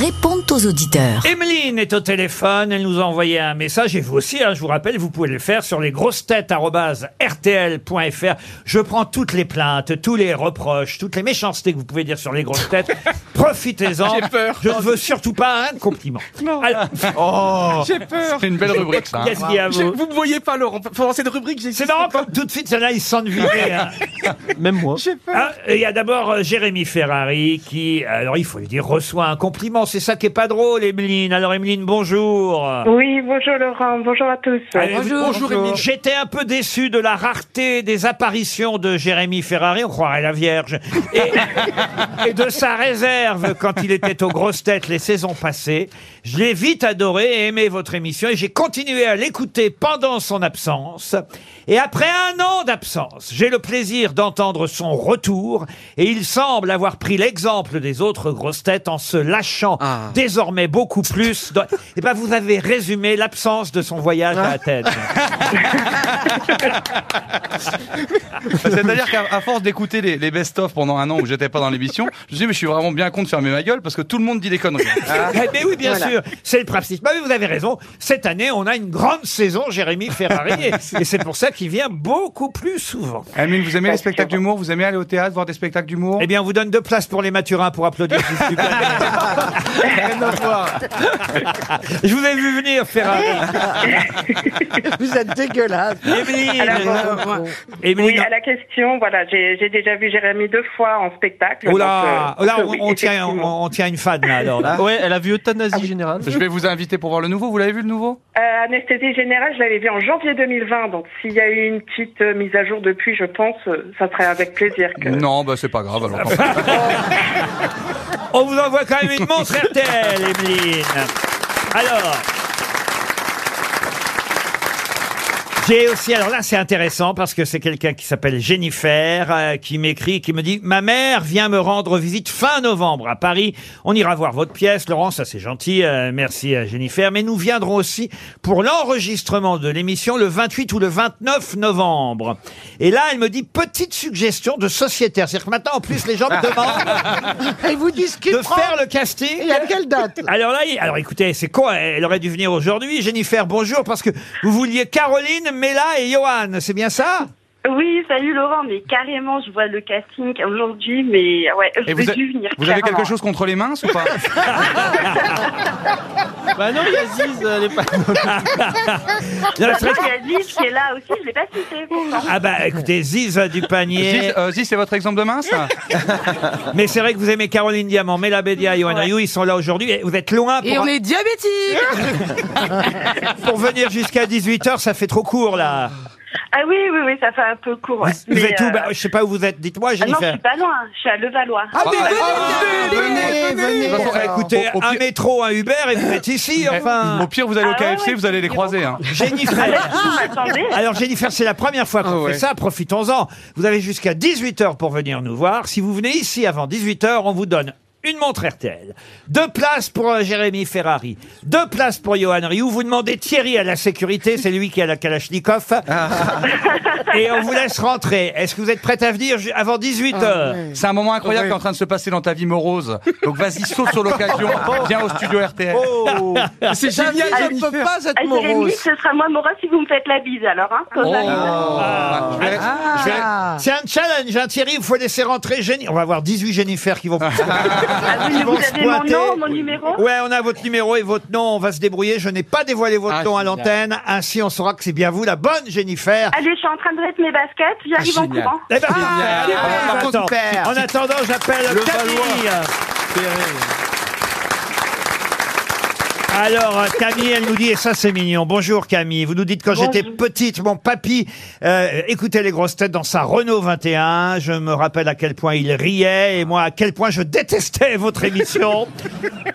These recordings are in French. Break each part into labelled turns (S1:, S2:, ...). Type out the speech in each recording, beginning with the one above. S1: répondent aux auditeurs.
S2: Emeline est au téléphone, elle nous a envoyé un message, et vous aussi, hein, je vous rappelle, vous pouvez le faire sur lesgrossetêtes.rtl.fr. Je prends toutes les plaintes, tous les reproches, toutes les méchancetés que vous pouvez dire sur les grosses têtes. Profitez-en.
S3: J'ai peur.
S2: Je ne veux surtout pas un compliment. Alors-
S3: J'ai peur.
S4: C'est une belle rubrique, ça.
S2: Qu'est-ce qu'il y a,
S3: Je-
S2: vous
S3: vous me voyez pas, Laurent. Pendant cette rubrique, j'ai.
S2: C'est marrant comme tout de suite, celle-là, ils sentent vider. hein.
S5: Même moi.
S3: J'ai peur.
S2: Ah, et Il y a d'abord euh, Jérémy Ferrari qui, alors il faut le dire, reçoit un compliment. C'est ça qui est pas drôle, Emeline. Alors, Emeline, bonjour.
S6: Oui, bonjour Laurent, bonjour à tous.
S2: Allez,
S3: Bonjour. Bonjour, Émile.
S2: J'étais un peu déçu de la rareté des apparitions de Jérémy Ferrari, on croirait la Vierge, et, et de sa réserve quand il était aux grosses têtes les saisons passées. Je l'ai vite adoré et aimé votre émission et j'ai continué à l'écouter pendant son absence. Et après un an d'absence, j'ai le plaisir d'entendre son retour et il semble avoir pris l'exemple des autres grosses têtes en se lâchant
S3: Ah.
S2: désormais beaucoup plus. dans- Eh ben, vous avez résumé l'absence de son voyage à Athènes.
S4: Bah, C'est-à-dire qu'à à force d'écouter les, les best-of pendant un an où j'étais pas dans l'émission, je me suis dit, mais je suis vraiment bien con de fermer ma gueule parce que tout le monde dit des conneries.
S2: Eh ben oui, bien
S6: Voilà.
S2: sûr, c'est le principe. Bah oui, vous avez raison. Cette année, on a une grande saison, Jérémy Ferrari, et, et c'est pour ça qu'il vient beaucoup plus souvent.
S4: Amine, vous aimez les spectacles d'humour Vous aimez aller au théâtre, voir des spectacles d'humour
S2: Eh bien, on vous donne deux places pour les Maturins pour applaudir. si c'est super.
S4: Rien à voir.
S2: Je vous ai vu venir, Ferrari.
S5: Vous êtes dégueulasse.
S2: Émeline,
S6: Alors,
S2: euh,
S6: bon,
S2: Émeline,
S6: oui, à la question, voilà, j'ai j'ai déjà vu Jérémy deux fois en spectacle.
S2: oh là,
S6: donc, euh,
S2: là,
S6: donc,
S2: on,
S6: oui,
S2: on tient,
S6: effectivement. Ah,
S2: on, on tient une fan là. Alors, là.
S5: Ouais, elle a vu euthanasie générale.
S4: Je vais vous inviter pour voir le nouveau. Vous l'avez vu le nouveau
S6: Euh, anesthésie générale, je l'avais vu en janvier 2020, donc s'il y a eu une petite euh, mise à jour depuis, je pense, euh, ça serait avec plaisir. Que...
S4: Non, bah c'est pas grave. Alors, tant pis.
S2: On vous envoie quand même une montre RTL, Emeline. Alors. J'ai aussi, alors là c'est intéressant parce que c'est quelqu'un qui s'appelle Jennifer euh, qui m'écrit, qui me dit « Ma mère vient me rendre visite fin novembre à Paris. On ira voir votre pièce, Laurent, ça c'est gentil, euh, merci à Jennifer. Mais nous viendrons aussi pour l'enregistrement de l'émission le 28 ou le 29 novembre. » Et là elle me dit « Petite suggestion de sociétaire. » C'est-à-dire que maintenant en plus les gens me demandent
S5: Et vous disent qui
S2: de
S5: prend
S2: faire le
S5: et
S2: casting.
S5: à quelle date
S2: Alors là, il- alors écoutez, c'est quoi Elle aurait dû venir aujourd'hui. Jennifer, bonjour, parce que vous vouliez Caroline, Mela et Johan, c'est bien ça
S7: Oui, salut Laurent, mais carrément, je vois le casting aujourd'hui, mais ouais, je
S4: Et vous,
S7: vais
S4: a-
S7: dû venir.
S4: vous avez
S7: clairement.
S4: quelque chose contre les mains ou pas
S5: Bah non, Yaziz, elle est pas.
S2: Non, c'est vrai
S7: Après,
S2: que-
S7: il y a Ziz qui est là aussi, je l'ai pas cité. pourtant.
S2: Ah bah écoutez, Ziz du
S4: Ziz,
S2: panier.
S4: euh, Ziz, c'est votre exemple de Ah, main, ça
S2: Mais c'est vrai que vous aimez Caroline Diamant, Mela Bédia et Johan
S7: Ouais.
S2: Rioux, ils sont là aujourd'hui. Et Vous êtes loin pour,
S8: est diabétique
S2: pour venir jusqu'à 18h, ça fait trop court là.
S7: Ah oui, oui, oui, ça fait un peu court. ouais.
S2: Vous
S7: Mais,
S2: êtes où
S7: euh,
S2: bah, Je sais pas où vous êtes, dites-moi
S7: ah non, je
S2: Jennifer. Ah,
S7: suis pas loin, je suis à Levallois.
S4: Bah,
S5: venez, venez, venez,
S4: De toute façon, eh,
S5: alors.
S2: Écoutez,
S4: au, au
S2: un
S4: pire, eh,
S2: métro, un Uber et vous êtes ici enfin.
S4: au pire, vous allez au
S7: Ah ouais,
S4: KFC,
S7: ouais,
S4: vous allez les
S7: c'est
S4: croiser. hein.
S2: Jennifer.
S7: Attendez. euh,
S2: Alors Jennifer, c'est la première fois qu'on
S4: Ah ouais.
S2: fait ça, profitons-en. Vous avez jusqu'à 18h pour venir nous voir. Si vous venez ici avant 18h, on vous donne une montre RTL, deux places pour euh, Jérémy Ferrari, deux places pour Johan Rioux. Vous demandez Thierry à la sécurité, c'est lui qui a la Kalachnikov.
S4: Ah.
S2: Et on vous laisse rentrer. Est-ce que vous êtes prête à venir ju- avant 18h
S4: C'est un moment incroyable qui est en train de se passer dans ta vie morose. Donc vas-y, saute sur l'occasion, viens au studio RTL.
S3: C'est génial,
S5: Damien, Ah, je ne
S3: Jennifer.
S5: peux pas
S7: Ah,
S5: être
S7: Jérémy,
S5: morose.
S7: ce sera moi, Mora, si vous me faites la bise, alors. Hein,
S4: Oh.
S2: Ah.
S4: Je vais- je vais-
S2: C'est un challenge, hein, Thierry. Il faut laisser rentrer Jenny. On va avoir 18 Jennifer qui vont.
S7: Ah oui, mais
S2: Ils vont
S7: vous
S2: se
S7: avez mon
S2: pointer.
S7: nom, mon numéro
S2: Ouais, on a votre numéro et votre nom. On va se débrouiller. Je n'ai pas dévoilé votre
S3: Ah,
S2: nom à
S3: génial.
S2: l'antenne. Ainsi, on saura que c'est bien vous, la bonne Jennifer.
S7: Allez, je suis en train de mettre mes baskets, j'arrive
S3: Ah,
S7: en
S3: génial.
S7: courant.
S2: Eh ben, allez,
S3: Ah,
S2: on
S5: par
S2: vous
S5: contre,
S2: attend.
S5: super.
S2: En attendant, j'appelle Camille. Alors, euh, Camille, elle nous dit, et ça c'est mignon, bonjour Camille, vous nous dites quand j'étais petite, mon papy euh, écoutait les grosses têtes dans sa Renault 21, je me rappelle à quel point il riait et moi à quel point je détestais votre émission.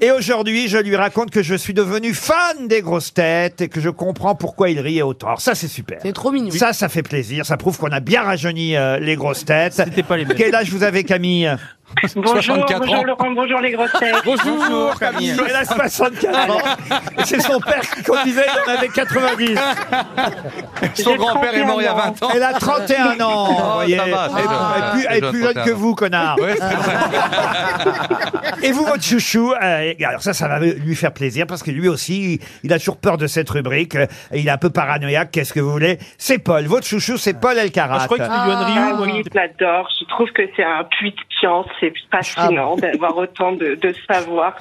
S2: et aujourd'hui, je lui raconte que je suis devenu fan des grosses têtes et que je comprends pourquoi il riait autant. Alors ça c'est super.
S8: C'est trop mignon.
S2: Ça, ça fait plaisir, ça prouve qu'on a bien rajeuni euh, les grosses têtes.
S5: C'était pas les mêmes.
S2: Quel âge vous avez Camille
S6: Bonjour,
S4: 64
S6: bonjour
S4: ans.
S6: Laurent, bonjour les grosses têtes.
S3: Bonjour, Camille.
S2: Elle a 64 ans. C'est son père qui conduisait, il en avait 90.
S4: Son
S6: J'ai
S4: grand-père est
S6: 31
S4: mort il y a
S6: ans.
S4: 20 ans.
S2: Elle a 31 ans. vous voyez.
S4: Oh, ça va, c'est
S2: Elle est
S4: jeune.
S2: plus-
S4: C'est
S2: elle est
S4: jeune,
S2: plus jeune que
S4: 31 ans.
S2: vous, connard.
S4: Ouais, c'est vrai.
S2: Et vous, votre chouchou, euh, alors ça, ça va lui faire plaisir parce que lui aussi, il a toujours peur de cette rubrique. euh, et il est un peu paranoïaque, qu'est-ce que vous voulez C'est Paul. Votre chouchou, c'est Paul Elkarat.
S5: je crois que c'est Yohan
S6: Ah
S5: Ryu, moi,
S6: oui,
S5: qui-
S6: je l'adore. Je trouve que c'est un puits de science. C'est fascinant d'avoir autant de, de savoir.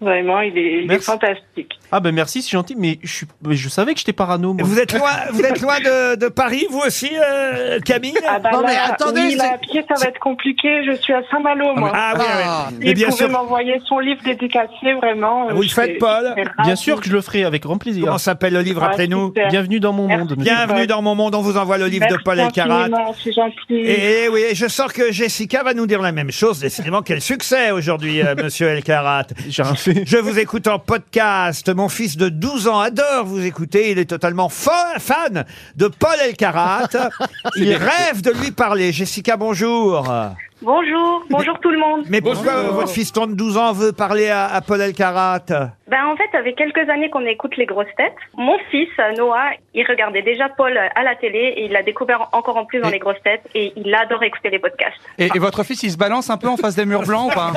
S6: Vraiment, il est, il est
S5: Merci.
S6: fantastique.
S5: Ah, ben merci, c'est gentil, mais je, suis... mais je savais que j'étais parano, moi.
S2: Vous êtes loin, vous êtes loin de, de Paris, vous aussi, euh, Camille
S6: Ah bah
S9: Non,
S6: là,
S9: mais attendez,
S6: oui, là,
S9: c'est-
S6: à pied, ça va être compliqué. Je suis à Saint-Malo, moi.
S2: Ah oui, oui. Mais
S6: Il
S2: bien
S6: pouvait
S2: sûr,
S6: m'envoyer son livre dédicacé, vraiment. euh,
S2: Vous le
S6: Je
S2: faites,
S6: serais-
S2: Paul
S6: je serais
S5: Bien
S6: ravie.
S5: sûr que je le ferai avec grand plaisir.
S2: comment s'appelle le livre,
S6: Ah,
S2: rappelez-nous
S6: super.
S5: Bienvenue dans mon monde. monsieur.
S2: Bienvenue dans mon monde, on vous envoie le livre de
S6: Merci
S2: Paul Elkarat.
S6: infiniment, C'est gentil.
S2: Et oui, et je sens que Jessica va nous dire la même chose. Décidément, quel succès aujourd'hui, euh, monsieur Elkarat.
S5: J'ai un fait.
S2: Je vous écoute en podcast. Mon fils de 12 ans adore vous écouter. Il est totalement fa- fan de Paul Elkarat. Il rêve de lui parler. Jessica, bonjour.
S7: Bonjour, bonjour tout le monde.
S2: Mais pourquoi votre fiston de 12 ans veut parler à, à Paul Elkarat
S7: Ben en fait, ça fait quelques années qu'on écoute les grosses têtes. Mon fils, Noah, Ah, il regardait déjà Paul euh, à la télé et il l'a découvert encore en plus dans les grosses têtes et il adore écouter les podcasts.
S4: Et, et votre fils, il se balance un peu en face des murs blancs ou pas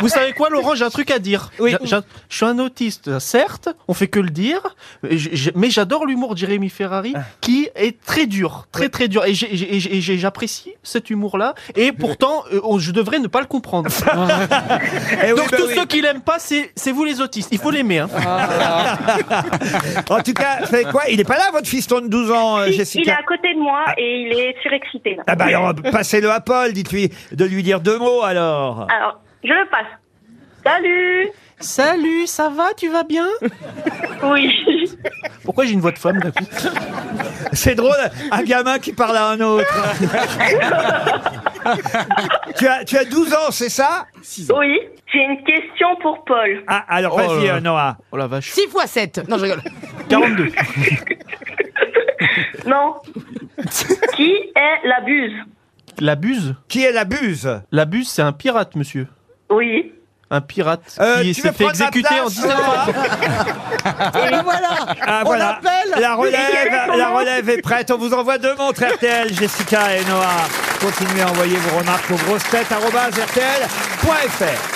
S5: Vous savez quoi, Laurent J'ai un truc à dire. J'ai- j'ai un- Je suis un autiste, certes, on fait que le dire, mais j'- j'- mais j'adore l'humour de Jérémy Ferrari qui est très dur, très très dur. Et j'ai- j'ai- j'ai- j'ai- j'apprécie cet humour-là, et pourtant, euh, on- je devrais ne pas le comprendre.
S2: Eh oui,
S5: Donc,
S2: bah
S5: tous
S2: oui.
S5: ceux qui l'aiment pas, c'est c'est vous les autistes. Il faut l'aimer. hein.
S2: En tout cas, vous savez quoi Il n'est pas là, votre fiston de 12 ans, euh,
S7: Il-
S2: Jessica
S7: il est à côté de moi et il est surexcité. là.
S2: Ah bah alors, passez-le à Paul, dites-lui, de lui dire deux mots alors.
S7: Alors, je le passe. Salut
S5: Salut, ça va Tu vas bien
S7: Oui.
S5: Pourquoi j'ai une voix de femme d'un coup
S2: C'est drôle, un gamin qui parle à un autre. tu, as, tu as 12 ans, c'est ça
S7: Oui. J'ai une question pour Paul.
S2: Ah, alors
S5: Oh
S2: vas-y,
S5: là là.
S2: euh, Noah.
S5: Oh la vache.
S9: 6 fois 7. Non, je rigole.
S5: 42.
S7: Non. Qui est la buse
S5: La buse
S2: Qui est la buse
S5: La buse, c'est un pirate, monsieur.
S7: Oui.
S5: Un pirate
S2: Euh,
S5: qui
S2: tu veux
S5: s'est fait
S2: prendre ma
S5: exécuter en
S2: place,
S5: 19
S2: Noah
S9: Et voilà
S2: Ah,
S9: On
S2: voilà.
S9: l'appelle
S2: La relève, la relève est prête. On vous envoie deux montres RTL, Jessica et Noah. Continuez à envoyer vos remarques aux grosses têtes, arobase RTL.fr.